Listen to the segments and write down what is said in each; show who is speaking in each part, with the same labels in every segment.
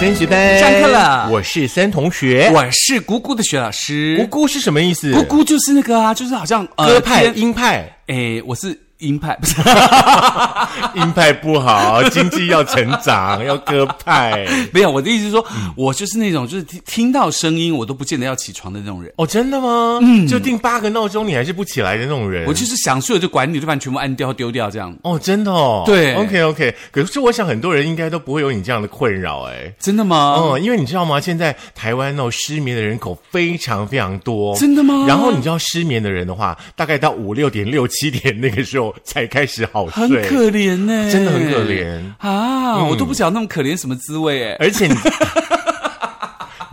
Speaker 1: 三十班
Speaker 2: 上课了
Speaker 1: 我是三同学。
Speaker 2: 我是姑哎姑的学老师。
Speaker 1: 咕咕是什么意思？
Speaker 2: 姑姑就是那个啊，就是好像
Speaker 1: 歌派、
Speaker 2: 天
Speaker 1: 鹰派，
Speaker 2: 诶，我是鹰派，不 是
Speaker 1: 鹰派不好，经济要成长，要歌派。
Speaker 2: 没有，我的意思是说，
Speaker 1: 嗯
Speaker 2: 我就是那种就是听听到声音我都不见得要起床的那种人。
Speaker 1: 哦，真的吗？嗯，就定八个闹钟，你还是不起来的那种人。
Speaker 2: 我就是想睡我就管你，就把你全部按掉丢掉这样。
Speaker 1: 哦，真的哦。
Speaker 2: 对
Speaker 1: ，OK OK。可是我想很多人应该都不会有你这样的困扰哎。
Speaker 2: 真的吗？
Speaker 1: 嗯，因为你知道吗？现在台湾哦，失眠的人口非常非常多，
Speaker 2: 真的吗
Speaker 1: 然后你知道失眠的人的话，大概到五六点、六七点那个时候才开始好
Speaker 2: 很
Speaker 1: 睡，
Speaker 2: 可怜呢、
Speaker 1: 真的很可怜嗯
Speaker 2: 啊！我都不晓得那么可怜什么滋味哎、
Speaker 1: 而且你，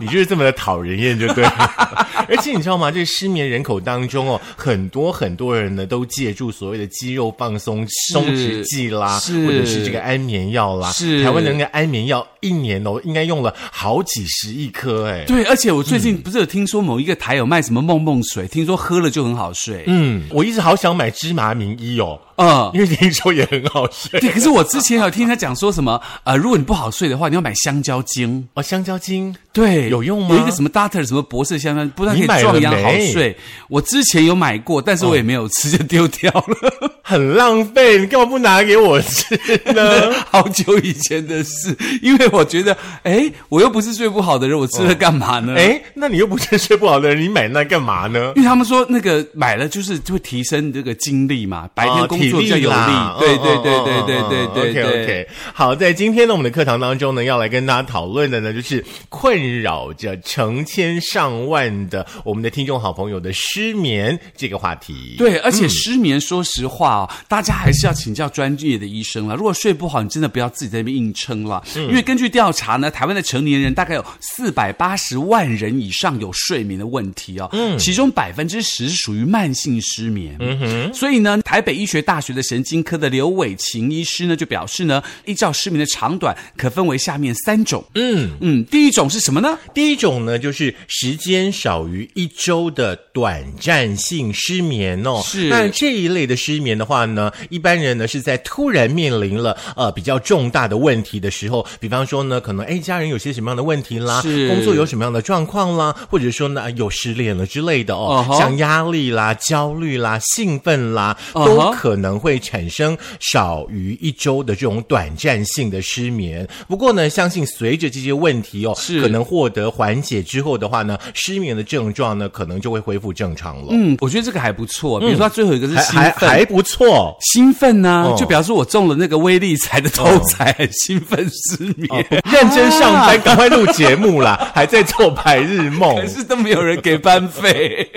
Speaker 1: 你就是这么的讨人厌，就对了。 而且你知道吗？这失眠人口当中哦，很多很多人呢都借助所谓的肌肉放松松弛剂啦，
Speaker 2: 是
Speaker 1: 或者是这个安眠药啦。
Speaker 2: 是
Speaker 1: 台湾的那个安眠药一年哦，应该用了好几十亿颗哎。
Speaker 2: 对，而且我最近不是有听说某一个台有卖什么梦梦水，听说喝了就很好睡。
Speaker 1: 嗯，我一直好想买芝麻名医哦，
Speaker 2: 嗯
Speaker 1: 因为听说也很好睡
Speaker 2: 对，可是我之前有听他讲说什么，呃，如果你不好睡的话，你要买香蕉精。
Speaker 1: 哦。香蕉精
Speaker 2: 对，
Speaker 1: 有用吗
Speaker 2: 有一个什么 Doctor 什么博士香蕉，不但可
Speaker 1: 你
Speaker 2: 以
Speaker 1: 买了
Speaker 2: 壮阳好
Speaker 1: 没
Speaker 2: 睡。我之前有买过，但是我也没有吃，就丢掉 了。
Speaker 1: 很浪费，你干嘛不拿给我吃 呢？
Speaker 2: 好久以前的事，因为我觉得，哎，我又不是睡不好的人，我吃了干嘛呢？哎、
Speaker 1: 哎，那你又不是睡不好的人，你买那干嘛呢？
Speaker 2: 因为他们说那个买了就是就会提升这个精力嘛，白天工作比较有力。对对对对对对对对。
Speaker 1: OK OK，好，在今天呢，我们的课堂当中呢，要来跟大家讨论的呢，就是困扰着成千上万的我们的听众好朋友的失眠这个话题。。
Speaker 2: 对，而且失眠，说实话哦，大家还是要请教专业的医生了。如果睡不好，你真的不要自己在那边硬撑了，因为根据调查呢，台湾的成年人大概有四百八十万人以上有睡眠的问题哦，其中百分之十属于慢性失眠。嗯哼，所以呢，台北医学大学的神经科的刘伟琴医师呢就表示呢，依照失眠的长短，可分为下面三种。嗯嗯，第一种是什么呢？
Speaker 1: 第一种呢，就是时间少于一周的短暂性失眠哦。
Speaker 2: 是
Speaker 1: 那这一类的失眠的话呢，一般人呢是在突然面临了呃比较重大的问题的时候，比方说呢，可能哎家人有些什么样的问题啦，
Speaker 2: 是
Speaker 1: 工作有什么样的状况啦，或者说呢啊有失恋了之类的哦
Speaker 2: 嗯哼
Speaker 1: 像压力啦、焦虑啦、兴奋啦，
Speaker 2: 嗯
Speaker 1: 都
Speaker 2: 哼
Speaker 1: 可能会产生少于一周的这种短暂性的失眠。不过呢，相信随着这些问题哦，
Speaker 2: 是
Speaker 1: 可能。获得缓解之后的话呢，失眠的症状呢，可能就会恢复正常了。
Speaker 2: 嗯，我觉得这个还不错。比如说，它最后一个是
Speaker 1: 还
Speaker 2: 兴
Speaker 1: 还
Speaker 2: 奋。
Speaker 1: 还不 错。
Speaker 2: 兴奋呢、
Speaker 1: 哦
Speaker 2: 就表示我中了那个威力彩的头彩，很兴奋失眠。
Speaker 1: 哦认真上班，赶快录节目啦！还在做白日梦
Speaker 2: 可。是都没有人给 班费，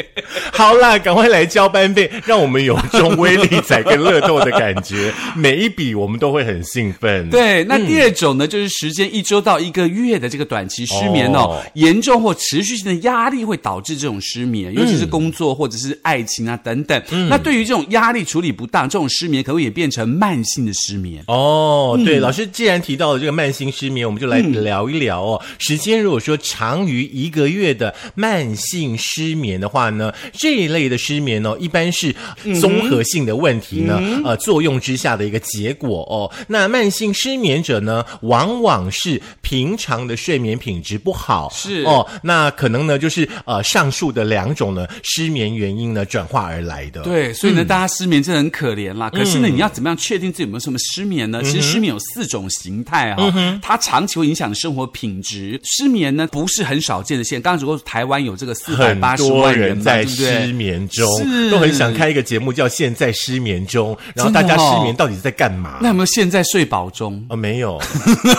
Speaker 1: 好啦，赶快来交班费，让我们有中威力仔跟乐透的感觉。每一笔我们都会很兴奋。，
Speaker 2: 对。那第二种呢，就是时间一周到一个月的这个短期失眠哦，
Speaker 1: 哦
Speaker 2: 严重或持续性的压力会导致这种失
Speaker 1: 嗯
Speaker 2: 眠，尤其是工作或者是爱情啊等等。那对于这种压力处理不当，这种失眠可能也变成慢性的失眠。
Speaker 1: 哦，对，
Speaker 2: 嗯
Speaker 1: 老师既然提到了这个慢性失眠，我们就来聊一聊哦。时间如果说长于一个月的慢性失眠的话呢，这一类的失眠哦，一般是
Speaker 2: 嗯
Speaker 1: 综合性的问题呢，呃，作用之下的一个结果哦。那慢性失眠者呢，往往是平常的睡眠品质不好，
Speaker 2: 是
Speaker 1: 哦，那可能呢就是呃上述的两种呢失眠原因呢转化而来的。。
Speaker 2: 对，所以呢，大家失眠真的很可怜啦。
Speaker 1: 嗯
Speaker 2: 可是呢，你要怎么样确定自己有没有什么失眠呢？其实失眠有四种形态
Speaker 1: 嗯
Speaker 2: 哈、它长期会影响生活品质。失眠呢不是很少见的现，刚刚只不过台湾有这个四百
Speaker 1: 很
Speaker 2: 八十
Speaker 1: 多
Speaker 2: 万人
Speaker 1: 人
Speaker 2: 嘛
Speaker 1: 在
Speaker 2: 对不
Speaker 1: 失
Speaker 2: 对？
Speaker 1: 眠中，
Speaker 2: 是
Speaker 1: 都很想开一个节目叫《现在失眠中》，然后大家
Speaker 2: 真的哦
Speaker 1: 失眠到底在干嘛？
Speaker 2: 那有没有现在睡饱中？
Speaker 1: 哦，没有，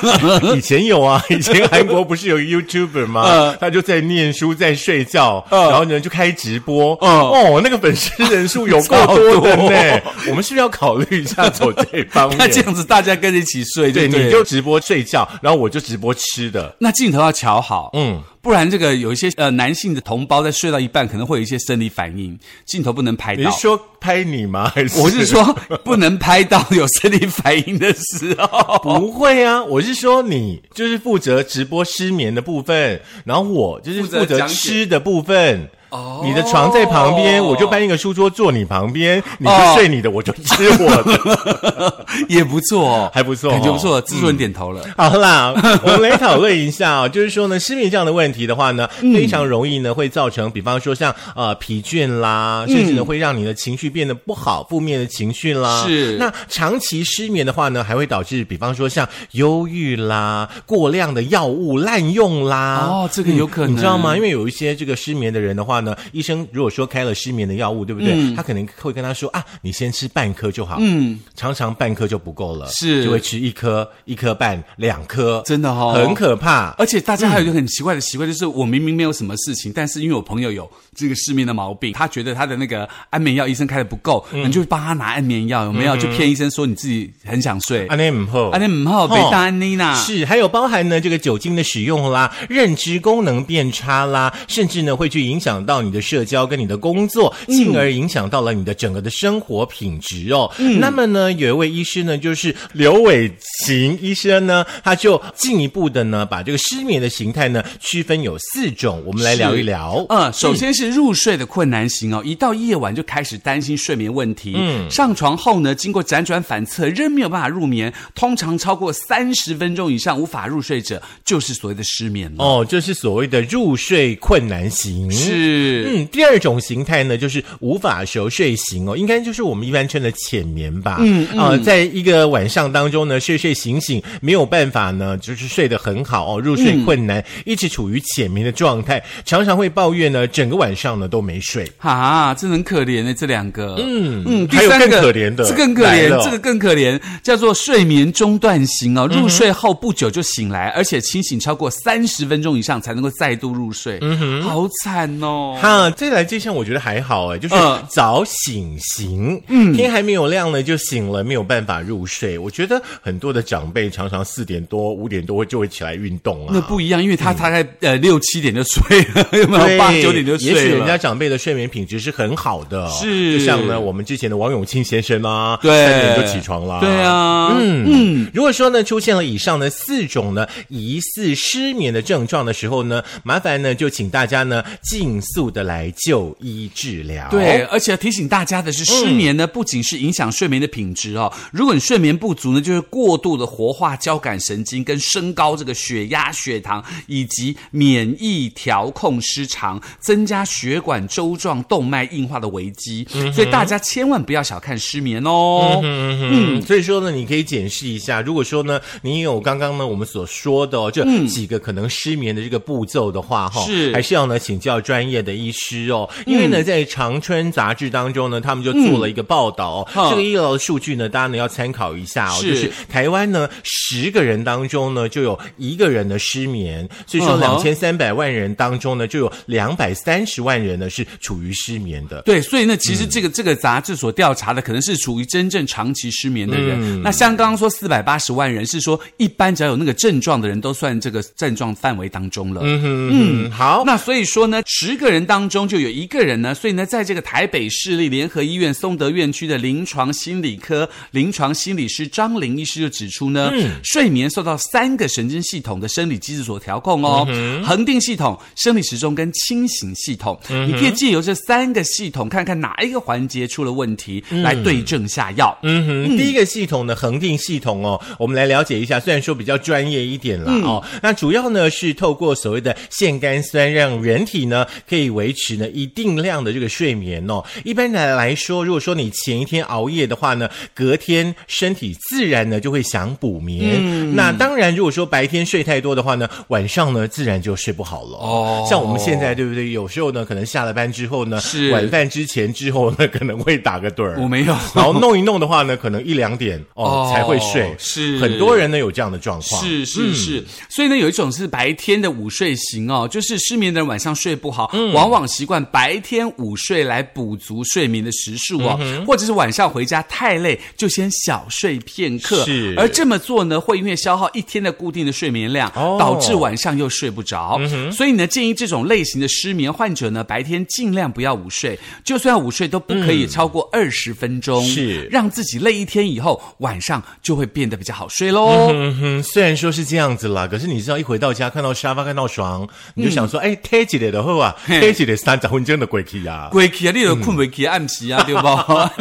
Speaker 1: 以前有啊，以前韩国不是有个 YouTuber 吗
Speaker 2: 嗯？
Speaker 1: 他就在念书，在睡觉，
Speaker 2: 嗯
Speaker 1: 然后呢就开直播，
Speaker 2: 嗯
Speaker 1: 哦，那个粉丝人数有够多的 呢。我们是不是要考虑一下走这方
Speaker 2: 那这
Speaker 1: 面？
Speaker 2: 样子大家跟着一起睡
Speaker 1: 嗯对，
Speaker 2: 对了
Speaker 1: 你就直播睡觉，然后我就直播吃的。
Speaker 2: 那镜头要瞧好，
Speaker 1: 嗯
Speaker 2: 嗯，不然这个有一些呃男性的同胞在睡到一半，可能会有一些生理反应，镜头不能拍
Speaker 1: 你
Speaker 2: 到
Speaker 1: 是。说拍你吗？还是
Speaker 2: 我是说不能拍到有生理反应的时候。
Speaker 1: 不会啊，我是说你就是负责直播失眠的部分，然后我就是负
Speaker 2: 负责
Speaker 1: 责
Speaker 2: 讲解
Speaker 1: 吃的部分。哦，你的床在旁边，我就搬一个书桌坐你旁边，你就睡你的，我就吃我的。
Speaker 2: 也不错哦，嗯
Speaker 1: 还不错哦
Speaker 2: 感觉不错，制作人点头了。
Speaker 1: 好啦，我们来讨论一下啊、就是说呢，失眠这样的问题的话呢，
Speaker 2: 嗯
Speaker 1: 非常容易呢会造成，比方说像呃疲倦啦，
Speaker 2: 嗯
Speaker 1: 甚至呢会让你的情绪变得不好，负面的情绪啦。
Speaker 2: 是
Speaker 1: 那长期失眠的话呢，还会导致比方说像忧郁啦、过量的药物滥用啦。
Speaker 2: 哦这个有可能
Speaker 1: 嗯你知道吗？因为有一些这个失眠的人的话呢，医生如果说开了失眠的药物，对不对？
Speaker 2: 嗯
Speaker 1: 他可能会跟他说啊，你先吃半颗就好。嗯，常常半颗就不够了，
Speaker 2: 是
Speaker 1: 就会吃一颗、一颗半、两颗，
Speaker 2: 真的哦
Speaker 1: 很可怕。
Speaker 2: 而且大家还有一个很奇怪的习惯，就是我明明没有什么事情，但是因为我朋友有这个失眠的毛病，他觉得他的那个安眠药医生开的不够，你就帮他拿安眠药，有没有？就骗医生说你自己很想睡，
Speaker 1: 安内姆后，
Speaker 2: 嗯安哦尼唔好，
Speaker 1: 吼
Speaker 2: 北大安妮娜。
Speaker 1: 是，还有包含呢这个酒精的使用啦，认知功能变差啦，甚至呢会去影响到你的社交跟你的工作，
Speaker 2: 嗯
Speaker 1: 进而影响到了你的整个的生活品质哦。
Speaker 2: 嗯
Speaker 1: 那么呢，有一位医师呢，就是刘伟琴医生呢，他就进一步的呢把这个失眠的形态呢区分有四种，我们来聊一聊。
Speaker 2: 嗯，首先是入睡的困难型哦，一到夜晚就开始担心睡眠问题。嗯，上床后呢，经过辗转反侧仍没有办法入眠，通常超过三十分钟以上无法入睡者，就是所谓的失眠了。
Speaker 1: 哦，就是所谓的入睡困难型。。
Speaker 2: 是，
Speaker 1: 嗯，第二种形态呢，就是无法熟睡型哦，应该就是我们一般称的浅眠吧。嗯，啊、在一个晚上当中呢，睡睡醒醒，没有办法呢，就是睡得很好哦，入睡困难，一直处于浅眠的状态，常常会抱怨呢，整个晚上呢都没睡。
Speaker 2: 啊，真的很可怜呢，这两个。嗯嗯，第
Speaker 1: 还有
Speaker 2: 三个
Speaker 1: 更可怜的
Speaker 2: 这更可
Speaker 1: 来了嗯
Speaker 2: 怜，这个更可怜，叫做睡眠中断型哦。入睡后不久就醒来，而且清醒超过三十分钟以上才能够再度入睡。嗯哼，好惨哦。
Speaker 1: 哈，再来这项我觉得还好哎，就是
Speaker 2: 嗯
Speaker 1: 早醒型，嗯，天还没有亮呢就醒了，没有办法入睡。我觉得很多的长辈常常四点多、五点多会就会起来运动啊，
Speaker 2: 那不一样，因为他大概呃六七点就睡了，有 没有？八
Speaker 1: 对
Speaker 2: 九点就睡了。
Speaker 1: 也许人家长辈的睡眠品质是很好的，
Speaker 2: 是
Speaker 1: 就像呢我们之前的王永庆先生啦，
Speaker 2: 对
Speaker 1: 三点就起床啦，
Speaker 2: 对。啊，嗯嗯，
Speaker 1: 嗯，如果说呢出现了以上的四种呢疑似失眠的症状的时候呢，麻烦呢就请大家呢尽速的来就医治疗。
Speaker 2: 对，哦而且要提醒大家的是，失眠
Speaker 1: 嗯
Speaker 2: 呢不仅是影响睡眠的品质哦，如果你睡眠不足呢，就是过度的活化交感神经，跟升高这个血压、血糖以及免疫调控失常，增加血管周状动脉硬化的危机。所以大家千万不要小看失眠哦。
Speaker 1: 嗯，所以说呢，你可以检视一下，如果说呢，你有刚刚呢我们所说的、哦、这几个可能失眠的这个步骤的话，哈、
Speaker 2: 嗯是嗯
Speaker 1: 还是要呢请教专业的医师哦，因为呢，在《长春杂志》当中呢，他们就做了一个报道、哦，
Speaker 2: 哈
Speaker 1: 这个医疗的数据呢，大家呢要参考一下哦，
Speaker 2: 是
Speaker 1: 就是台湾呢十个人当中呢就有一个人的失眠，所以说
Speaker 2: 嗯
Speaker 1: 两
Speaker 2: 哼
Speaker 1: 千三百万人当中呢就有两百三十万人呢是处于失眠的。
Speaker 2: 对，所以呢，其实这个、这个杂志所调查的，可能是处于真正长期失眠的人。那像刚刚说四百八十万人，是说一般只要有那个症状的人都算这个症状范围当中了。
Speaker 1: 嗯哼，好。
Speaker 2: 那所以说呢，十个人当中就有一个人呢，所以呢，在这个台北市立联合医院松德院区的临床心理科临床心理师张玲医师就指出呢，
Speaker 1: 嗯
Speaker 2: 睡眠受到三个神经系统的生理机制所调控哦，
Speaker 1: 嗯
Speaker 2: 恒定系统、生理时钟跟清醒系统，
Speaker 1: 嗯
Speaker 2: 你可以借由这三个系统看看哪一个环节出了问题，来对症下药。
Speaker 1: 嗯哼，第一个系统呢，恒定系统哦，我们来了解一下，虽然说比较专业一点啦、哦，那主要呢是透过所谓的腺苷酸，让人体呢可以维持呢一定量的这个睡眠哦。一般来来说，如果说你前一天熬夜的话呢，隔天身体自然呢就会想补眠。那当然，如果说白天睡太多的话呢，晚上呢自然就睡不好了。
Speaker 2: 哦
Speaker 1: 像我们现在对不对？有时候呢，可能下了班之后呢，
Speaker 2: 是
Speaker 1: 晚饭之前之后呢， 可能会打个盹儿。
Speaker 2: 我没有。
Speaker 1: 然后弄一弄的话呢，可能一两点哦
Speaker 2: 哦
Speaker 1: 才会睡，
Speaker 2: 是
Speaker 1: 很多人呢有这样的状况。嗯
Speaker 2: 是是是，所以呢，有一种是白天的午睡型哦，就是失眠的人晚上睡不好，
Speaker 1: 嗯
Speaker 2: 往往习惯白天午睡来补足睡眠的时数哦，
Speaker 1: 嗯
Speaker 2: 或者是晚上回家太累就先小睡片刻，
Speaker 1: 是
Speaker 2: 而这么做呢，会因为消耗一天的固定的睡眠量，
Speaker 1: 哦嗯
Speaker 2: 导致晚上又睡不着，所以呢，建议这种类型的失眠患者呢，白天尽量不要午睡，就算要午睡都不可以超过二十分钟，
Speaker 1: 嗯是
Speaker 2: 让自己累一天以后，晚上就会变得比较好睡喽。
Speaker 1: 嗯哼，虽然说是这样子啦，可是你知道，一回到家看到沙发看到床，你就想说，哎、贴起来的后啊，
Speaker 2: 嗯嘿
Speaker 1: 这是得三十分钟的过去呀。
Speaker 2: 过去啊，你都困不起暗时啊，对不？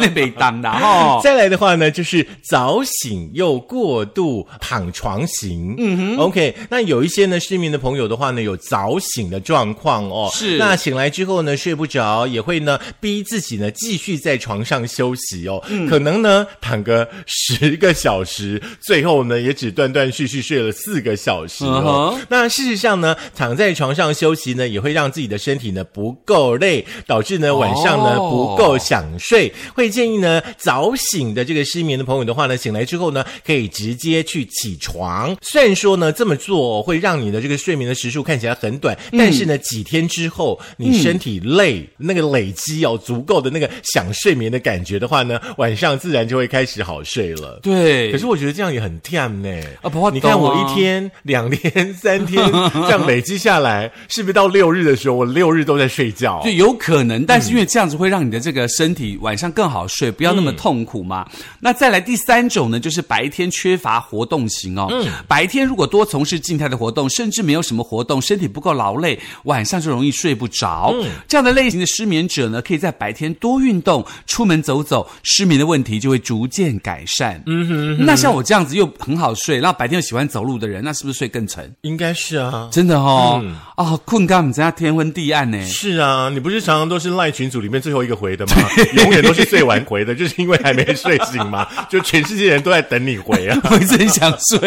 Speaker 2: 你 袂当啦吼。
Speaker 1: 再来的话呢，就是早醒又过度躺床型。嗯哼，OK，那有一些呢，失眠的朋友的话呢，有早醒的状况哦。
Speaker 2: 是
Speaker 1: 那醒来之后呢，睡不着，也会呢逼自己呢继续在床上休息哦。
Speaker 2: 嗯
Speaker 1: 可能呢躺个十个小时，最后呢也只断断续续睡了四个小时哦。
Speaker 2: 嗯哼
Speaker 1: 那事实上呢，躺在床上休息呢，也会让自己的身体呢不够累，导致呢晚上呢、
Speaker 2: 哦
Speaker 1: 不够想睡，会建议呢早醒的这个失眠的朋友的话呢，醒来之后呢，可以直接去起床。虽然说呢这么做哦会让你的这个睡眠的时数看起来很短，但是呢几天之后你身体累，那个累积哦足够的那个想睡眠的感觉的话呢，晚上自然就会开始好睡了。
Speaker 2: 对，
Speaker 1: 可是我觉得这样也很甜呢、
Speaker 2: 啊不过
Speaker 1: 你看
Speaker 2: 懂
Speaker 1: 我
Speaker 2: 啊
Speaker 1: 一 天、两天、三天这样累积下来，是不是到六日的时候，我六日都在睡觉？
Speaker 2: 就有可能，但是因为这样子会让你的这个身体晚上更好睡，不要那么痛苦嘛。那再来第三种呢，就是白天缺乏活动型哦。白天如果多从事静态的活动，甚至没有什么活动，身体不够劳累，晚上就容易睡不着。这样的类型的失眠者呢，可以在白天多运动，出门走走，失眠的问题就会逐渐改善。嗯哼那像我这样子又很好睡，那白天又喜欢走路的人，那是不是睡更沉？
Speaker 1: 应该是啊，
Speaker 2: 真的哦，啊、困干你知道天昏地 暗呢。
Speaker 1: 是啊，你不是常常都是赖群组里面最后一个回的吗？永远都是最晚回的， 就是因为还没睡醒嘛， 就全世界人都在等你回啊。
Speaker 2: 我一直很想睡。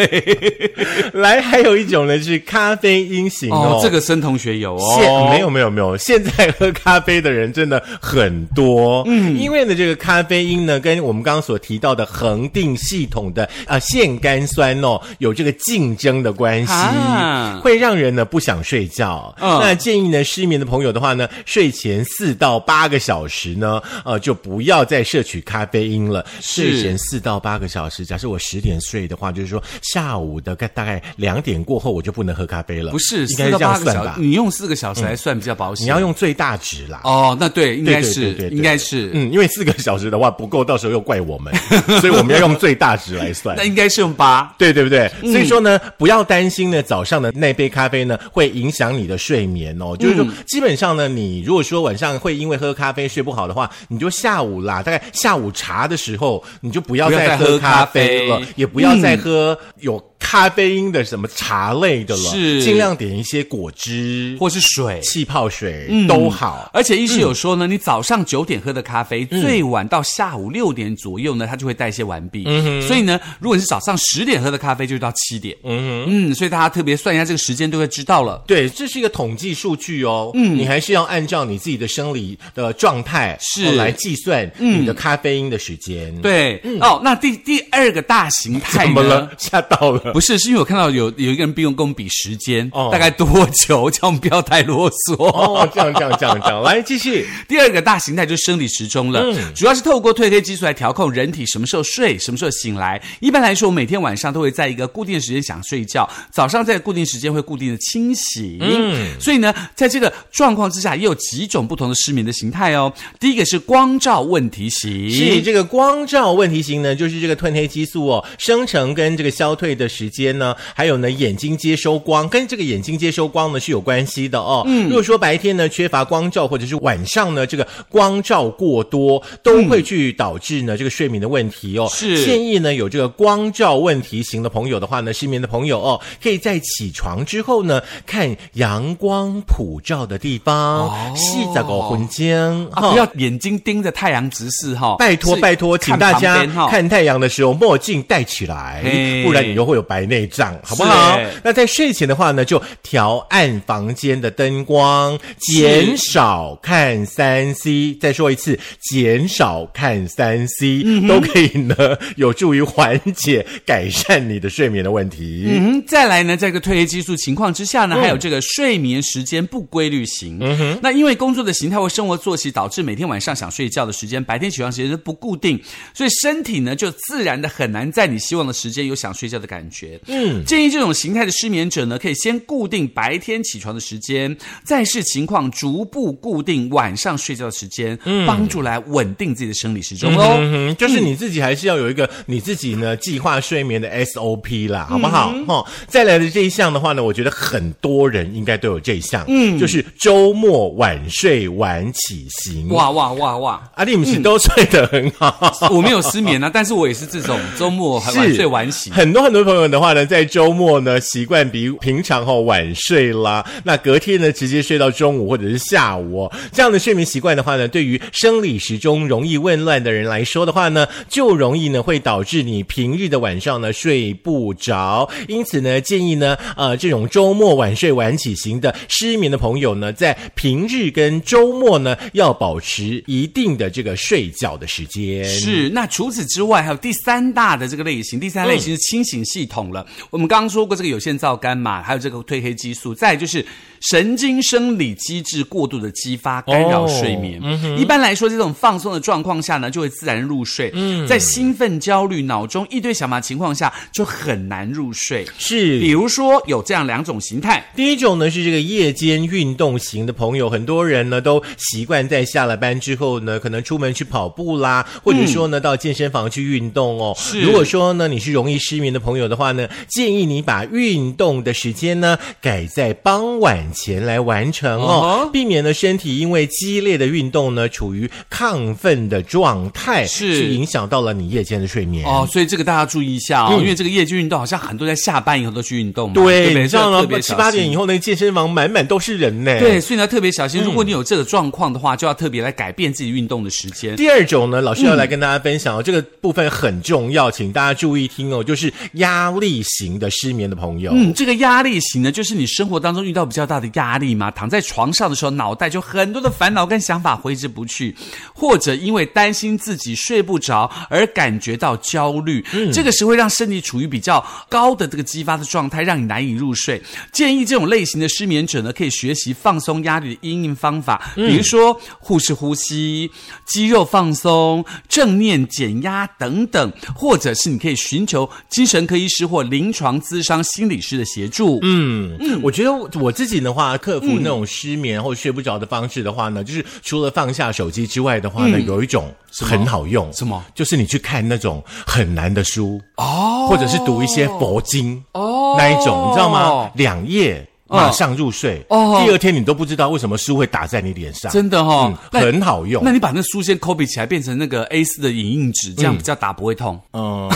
Speaker 1: 来，还有一种呢是咖啡因型哦，
Speaker 2: 哦，这。个申同学有
Speaker 1: 现
Speaker 2: 哦，
Speaker 1: 没有没有没有，现在喝咖啡的人真的很多，嗯，因为呢，这个咖啡因呢，跟我们刚刚所提到的恒定系统的啊腺苷酸哦，有这个竞争的关系，
Speaker 2: 啊
Speaker 1: 会让人呢不想睡觉。
Speaker 2: 嗯
Speaker 1: 那建议呢，失眠的朋友的话呢，睡前四到八个小时呢，呃，就不要再摄取咖啡因了。
Speaker 2: 是
Speaker 1: 睡前四到八个小时，假设我十点睡的话，就是说下午的大概两点过后，我就不能喝咖啡了。
Speaker 2: 不是
Speaker 1: 应该
Speaker 2: 四
Speaker 1: 是
Speaker 2: 到
Speaker 1: 这样
Speaker 2: 八个
Speaker 1: 算
Speaker 2: 小
Speaker 1: 吧嗯
Speaker 2: 时，？你用四个小时来算比较保险。
Speaker 1: 你要用最大值啦。
Speaker 2: 哦，那对，应
Speaker 1: 对
Speaker 2: 该
Speaker 1: 对
Speaker 2: 是
Speaker 1: 对对，对
Speaker 2: 应该是。
Speaker 1: 嗯，因为四个小时的话不够，到时候又怪我们， 所以我们要用最大值来算
Speaker 2: 那。应嗯该是用八，
Speaker 1: 对对不对？所以说呢，不要担心呢，早上的那杯咖啡呢会影响你的睡眠哦。就是
Speaker 2: 嗯
Speaker 1: 说，基本上呢，你如果说晚上会因为喝咖啡睡不好的话，你就下午啦，大概下午茶的时候，你就不要
Speaker 2: 不要
Speaker 1: 再
Speaker 2: 再
Speaker 1: 喝
Speaker 2: 喝
Speaker 1: 咖
Speaker 2: 咖
Speaker 1: 啡
Speaker 2: 啡嗯
Speaker 1: 了，也不要再喝有咖啡因的什么茶类的了，
Speaker 2: 是
Speaker 1: 尽量点一些果汁或
Speaker 2: 或是嗯水。
Speaker 1: 气泡水都好。
Speaker 2: 而且医师有说呢，你早上九点喝的咖啡，
Speaker 1: 嗯
Speaker 2: 最晚到下午六点左右呢，它就会代谢完毕。
Speaker 1: 嗯
Speaker 2: 所以呢，如果你是早上十点喝的咖啡，就到七点。嗯嗯，所以大家特别算一下这个时间，就会知道了。
Speaker 1: 对，这是一个统计数据哦。嗯，你还是要按照你自己的生理的状态
Speaker 2: 是嗯
Speaker 1: 哦来计算你的咖啡因的时间。，
Speaker 2: 对，哦，那第第二个大形态
Speaker 1: 嗯怎么
Speaker 2: 呢
Speaker 1: 了？吓到 了。
Speaker 2: 不是，是因为我看到有有一个人并用跟我们比时间，
Speaker 1: 哦
Speaker 2: 大概多久，叫我们不要太啰嗦。
Speaker 1: 哦，这样这样这样这样，来继续。
Speaker 2: 第二个大形态就是生理时钟了，
Speaker 1: 嗯
Speaker 2: 主要是透过褪黑激素来调控人体什么时候睡，什么时候醒来。一般来说，我每天晚上都会在一个固定时间想睡觉，早上在固定时间会固定的清醒。嗯，所以呢，在这个状况之下，也有几种不同的失眠的形态哦。第一个是光照问题型，
Speaker 1: 是这个光照问题型呢，就是这个褪黑激素哦生成跟这个消退的时间呢，还有呢眼睛接收光跟这个眼睛接收光呢是有关系的哦。嗯，如果说白天呢缺乏光照，或者是晚上呢这个光照过多，都会去导致呢、这个睡眠的问题哦。
Speaker 2: 嗯是
Speaker 1: 建议呢有这个光照问题型的朋友的话呢，失眠的朋友哦，可以在起床之后呢看阳光普照的地方，细在搞魂经
Speaker 2: 哦啊，不要眼睛盯着太阳直视哈、
Speaker 1: 哦拜托
Speaker 2: 哦是
Speaker 1: 拜托，请
Speaker 2: 看
Speaker 1: 大
Speaker 2: 旁
Speaker 1: 家
Speaker 2: 边哈
Speaker 1: 看太阳的时候墨镜戴起来，
Speaker 2: 嘿
Speaker 1: 不然你就会有白内障，好不
Speaker 2: 是
Speaker 1: 好
Speaker 2: 欸？
Speaker 1: 那在睡前的话呢，就调暗房间的灯光，减少看三 C。再说一次，减少看三 C，、都
Speaker 2: 嗯
Speaker 1: 可以呢，有助于缓解改善你的睡眠的问题。
Speaker 2: 嗯，再来呢，在这个褪黑激素情况之下呢，还有这个睡眠时间不规律型。嗯哼，那因为工作的形态或生活作息导致每天晚上想睡觉的时间，白天起床时间是不固定，所以身体呢就自然的很难在你希望的时间有想睡觉的感觉。学。嗯，建议这种形态的失眠者呢，可以先固定白天起床的时间，再视情况逐步固定晚上睡觉的时间，帮助来稳定自己的生理时钟哦喽。
Speaker 1: 嗯哼，就是你自己还是要有一个你自己呢计划睡眠的 SOP 啦，好不好？哦，再来的这一项的话呢，我觉得很多人应该都有这一项，嗯，就是周末晚睡晚起行。哇，
Speaker 2: 哇哇哇哇！
Speaker 1: 啊，你们是都睡得很好。
Speaker 2: 我没有失眠啊，但是我也是这种周末很晚
Speaker 1: 是
Speaker 2: 睡晚起。
Speaker 1: 很多很多朋友的话呢，在周末呢习惯比平常哈、哦、晚睡啦，那隔天呢直接睡到中午或者是下午、哦，这样的睡眠习惯的话呢，对于生理时钟容易紊乱的人来说的话呢，就容易呢会导致你平日的晚上呢睡不着，因此呢建议呢呃这种周末晚睡晚起型的失眠的朋友呢，在平日跟周末呢要保持一定的这个睡觉的时间。
Speaker 2: 是，那除此之外，还有第三大的这个类型，第三类
Speaker 1: 嗯
Speaker 2: 型是清醒系统了。我们刚刚说过这个有限皂苷嘛，还有这个褪黑激素，再来就是神经生理机制过度的激发，干扰睡眠。
Speaker 1: 哦嗯
Speaker 2: 一般来说，这种放松的状况下呢，就会自然入睡。
Speaker 1: 嗯
Speaker 2: 在兴奋、焦虑、脑中一堆小麻情况下，就很难入睡。
Speaker 1: 是
Speaker 2: 比如说有这样两种形态，
Speaker 1: 第一种呢是这个夜间运动型的朋友，很多人呢都习惯在下了班之后呢，可能出门去跑步啦，或者说呢、到健身房去运动哦。
Speaker 2: 是
Speaker 1: 如果说呢你是容易失眠的朋友的话呢，建议你把运动的时间呢改在傍晚前来完成哦
Speaker 2: 哦
Speaker 1: 避免呢身体因为激烈的运动呢处于亢奋的状态，
Speaker 2: 是
Speaker 1: 去影响到了你夜间的睡眠。
Speaker 2: 哦，所以这个大家注意一下哦，
Speaker 1: 嗯
Speaker 2: 因为这个夜间运动好像很多人在下班以后都去运动嘛，对
Speaker 1: 对，
Speaker 2: 不对，
Speaker 1: 你知道
Speaker 2: 所以要
Speaker 1: 吗
Speaker 2: 特？别
Speaker 1: 七
Speaker 2: 小
Speaker 1: 八
Speaker 2: 心
Speaker 1: 点以后，那健身房满满都是人呢。
Speaker 2: 对，所以呢特别小心。如果你有这个状况的话，就要特别来改变自己运动的时间。
Speaker 1: 第二种呢，老师要
Speaker 2: 嗯
Speaker 1: 来跟大家分享、哦，这个部分很重要，请大家注意听哦，就是压力型的失眠的朋友。
Speaker 2: 嗯，这个压力型呢，就是你生活当中遇到比较大的压力嘛，躺在床上的时候，脑袋就很多的烦恼跟想法挥之不去，或者因为担心自己睡不着而感觉到焦虑，这个时会让身体处于比较高的这个激发的状态，让你难以入睡。建议这种类型的失眠者呢，可以学习放松压力的因应方法，
Speaker 1: 嗯
Speaker 2: 比如说腹式呼吸、肌肉放松、正念减压等等，或者是你可以寻求精神科医师或临床咨商心理师的协助。嗯，
Speaker 1: 嗯，我觉得我我自己的话，克服那种失眠或睡不着的方式的话呢，就是除了放下手机之外的话呢，有一种
Speaker 2: 么
Speaker 1: 很好用，
Speaker 2: 嗯什么？
Speaker 1: 就是你去看那种很难的书
Speaker 2: 哦
Speaker 1: 或者是读一些佛经
Speaker 2: 哦嗯
Speaker 1: 那一种，你知道吗？两页。马上入睡，
Speaker 2: 哦
Speaker 1: 第二天你都不知道为什么书会打在你脸上，
Speaker 2: 真的哦
Speaker 1: 嗯
Speaker 2: 那
Speaker 1: 很好用
Speaker 2: 那。你把那书先 copy 起来，变成那个 A 4的影印纸，这样比较打不会痛。
Speaker 1: 嗯，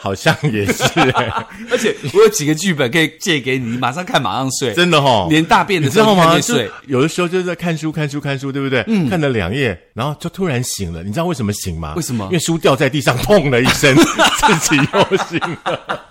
Speaker 1: 好像也是、欸。
Speaker 2: 而且我有几个剧本可以借给你，你马上看，马上睡。
Speaker 1: 真的哈、
Speaker 2: 连大便的
Speaker 1: 你知
Speaker 2: 时候
Speaker 1: 道吗？
Speaker 2: 就看见水嗯
Speaker 1: 就有的时候就是在看书、看书、看书，对不对？看了两页，然后就突然醒了。你知道为什么醒吗？
Speaker 2: 为什么
Speaker 1: 因为书掉在地上，砰了一 声，自己又醒了。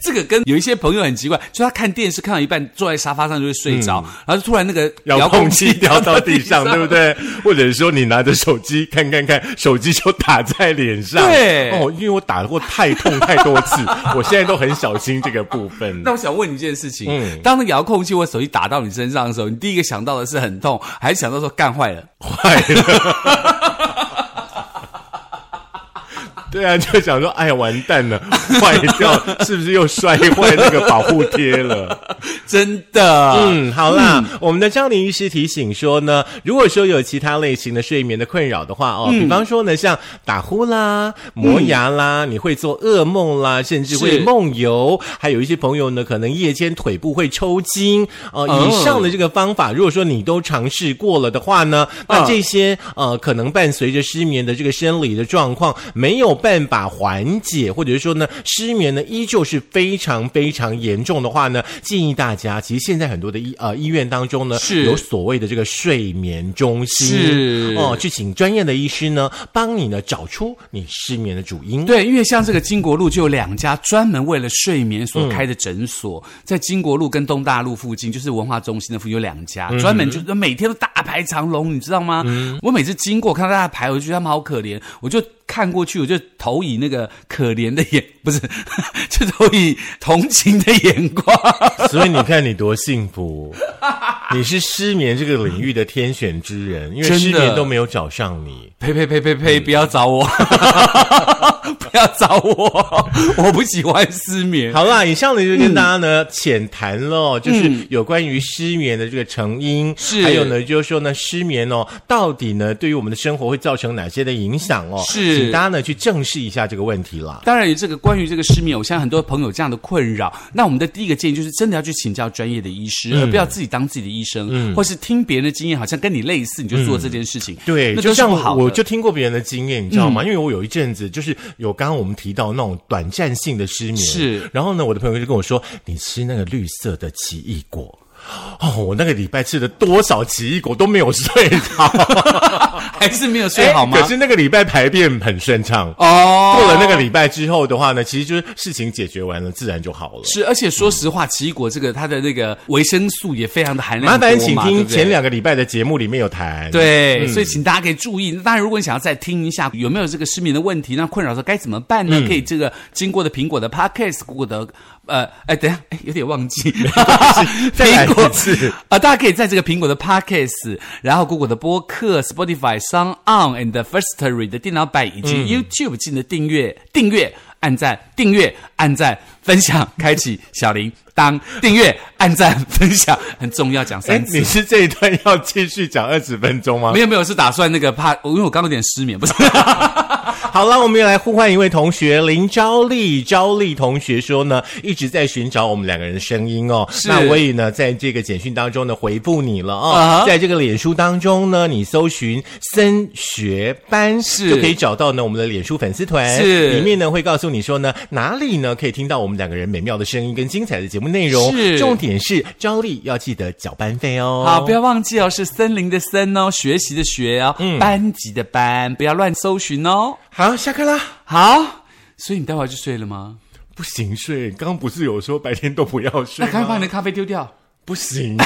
Speaker 2: 这个跟有一些朋友很奇怪，就他看电视看到一半，坐在沙发上就会睡着，然后就突然那个
Speaker 1: 嗯遥控器掉到地上，对
Speaker 2: 对
Speaker 1: 不对？或者说你拿着手机看看看，手机就打在脸上。
Speaker 2: 对
Speaker 1: 哦，因为我打过太痛太多次，我现在都很小心这个部分。
Speaker 2: 那我想问你一件事情，
Speaker 1: 嗯
Speaker 2: 当那个遥控器或手机打到你身上的时候，你第一个想到的是很痛，还是想到说干坏了？
Speaker 1: 坏了。 对啊，就想说，哎呀，完蛋了，坏掉，是不是又摔坏那个保护贴了？
Speaker 2: 真的，
Speaker 1: 嗯，好啦，我们的张林医师提醒说呢，如果说有其他类型的睡眠的困扰的话哦，比方说呢，像打呼啦、磨牙啦，你会做噩梦啦，甚至会
Speaker 2: 是
Speaker 1: 梦游，还有一些朋友呢，可能夜间腿部会抽筋哦。
Speaker 2: 哦
Speaker 1: 以上的这个方法，如果说你都尝试过了的话呢，那
Speaker 2: 嗯
Speaker 1: 这些呃，可能伴随着失眠的这个生理的状况没有办法缓解，或者是说呢，失眠呢依旧是非常非常严重的话呢，建议大家，其实现在很多的医呃医院当中呢，
Speaker 2: 是
Speaker 1: 有所谓的这个睡眠中心，
Speaker 2: 是
Speaker 1: 哦、去请专业的医师呢，帮你呢找出你失眠的主因。
Speaker 2: 对，因为像这个金国路就有两家专门为了睡眠所开的诊所，在金国路跟东大路附近，就是文化中心的附近有两家，专门就是每天都大排长龙，你知道吗？我每次经过看到大家排，我就觉得他们好可怜，我就。看过去，我就投以那个可怜的眼，不是， 就投以同情的眼光。
Speaker 1: 所以你看你多幸福，你是失眠这个领域的天选之人，因为
Speaker 2: 真的
Speaker 1: 失眠都没有找上你。
Speaker 2: 呸呸呸呸呸！不要找我，嗯 不要找我， 我不喜欢失眠。
Speaker 1: 好啦，以上呢就跟大家呢、浅谈了哦，就是有关于失眠的这个成因，
Speaker 2: 嗯是
Speaker 1: 还有呢就是说呢失眠哦，到底呢对于我们的生活会造成哪些的影响哦？
Speaker 2: 是
Speaker 1: 请大家呢去正视一下这个问题啦。
Speaker 2: 当然，有这个关于这个失眠，我相信很多朋友有这样的困扰。那我们的第一个建议就是，真的要去请教专业的医师，
Speaker 1: 嗯
Speaker 2: 而不要自己当自己的医生，或是听别人的经验，好像跟你类似，你就做这件事情。
Speaker 1: 对，
Speaker 2: 那
Speaker 1: 就
Speaker 2: 都是
Speaker 1: 像
Speaker 2: 不好
Speaker 1: 我
Speaker 2: 的。嗯
Speaker 1: 就听过别人的经验，你知道吗？因为我有一阵子就是有刚刚我们提到那种短暂性的失眠，
Speaker 2: 是
Speaker 1: 然后呢，我的朋友就跟我说，你吃那个绿色的奇异果。哦，我那个礼拜吃了多少奇异果都没有睡 着，
Speaker 2: 还是没有睡哎好吗
Speaker 1: 哎可？是那个礼拜排便很顺畅。
Speaker 2: 哦，
Speaker 1: 过了那个礼拜之后的话呢，其实就是事情解决完了，自然就好了。
Speaker 2: 是，而且说实话，奇异果这个它的那个维生素也非常的含量
Speaker 1: 麻
Speaker 2: 很多嘛。
Speaker 1: 烦请
Speaker 2: 对
Speaker 1: 听
Speaker 2: 不对
Speaker 1: 前两个礼拜的节目里面有谈。。
Speaker 2: 对，
Speaker 1: 嗯
Speaker 2: 所以请大家可以注意。那当然，如果你想要再听一下有没有这个失眠的问题，那困扰的时候该怎么办
Speaker 1: 嗯
Speaker 2: 呢？可以这个经过的苹果的 Podcast、Google 的呃，哎，等一下，哎，有点 忘记，
Speaker 1: 再来一
Speaker 2: 苹果
Speaker 1: 次
Speaker 2: 啊、大家可以在这个苹果的 Podcast，然后 Google 的播客、Spotify、Sound On and Firstory 的电脑版以
Speaker 1: 嗯
Speaker 2: 及 YouTube 进的订阅、订阅、按赞、订阅、按赞、分享、开启小铃铛、订阅、按赞、分享，很重要，讲
Speaker 1: 哎
Speaker 2: 三，次
Speaker 1: 你。是这一段要继续讲二十分钟吗？
Speaker 2: 没有没有，是打算那个怕，因为我刚刚有点失眠，不是。
Speaker 1: 好了，我们也来呼唤一位同学林昭丽。昭丽同学说呢，一直在寻找我们两个人的声音哦。
Speaker 2: 是
Speaker 1: 那我也呢，在这个简讯当中呢回复你了
Speaker 2: 啊
Speaker 1: 哦。
Speaker 2: 哈
Speaker 1: 在这个脸书当中呢，你搜寻升学班
Speaker 2: 是
Speaker 1: 就可以找到呢我们的脸书粉丝团，
Speaker 2: 是
Speaker 1: 里面呢会告诉你说呢哪里呢可以听到我们两个人美妙的声音跟精彩的节目内容。
Speaker 2: 是
Speaker 1: 重点是昭丽要记得缴班费哦。
Speaker 2: 好，不要忘记哦，是森林的森哦，学习的学哦，班级的班，不要乱搜寻哦。
Speaker 1: 好，下课啦。
Speaker 2: 好，所以你待会儿就睡了吗？
Speaker 1: 不行睡，刚 刚不是有说白天都不要睡
Speaker 2: 那赶快把
Speaker 1: 吗？
Speaker 2: 你的咖啡丢掉。
Speaker 1: 不行。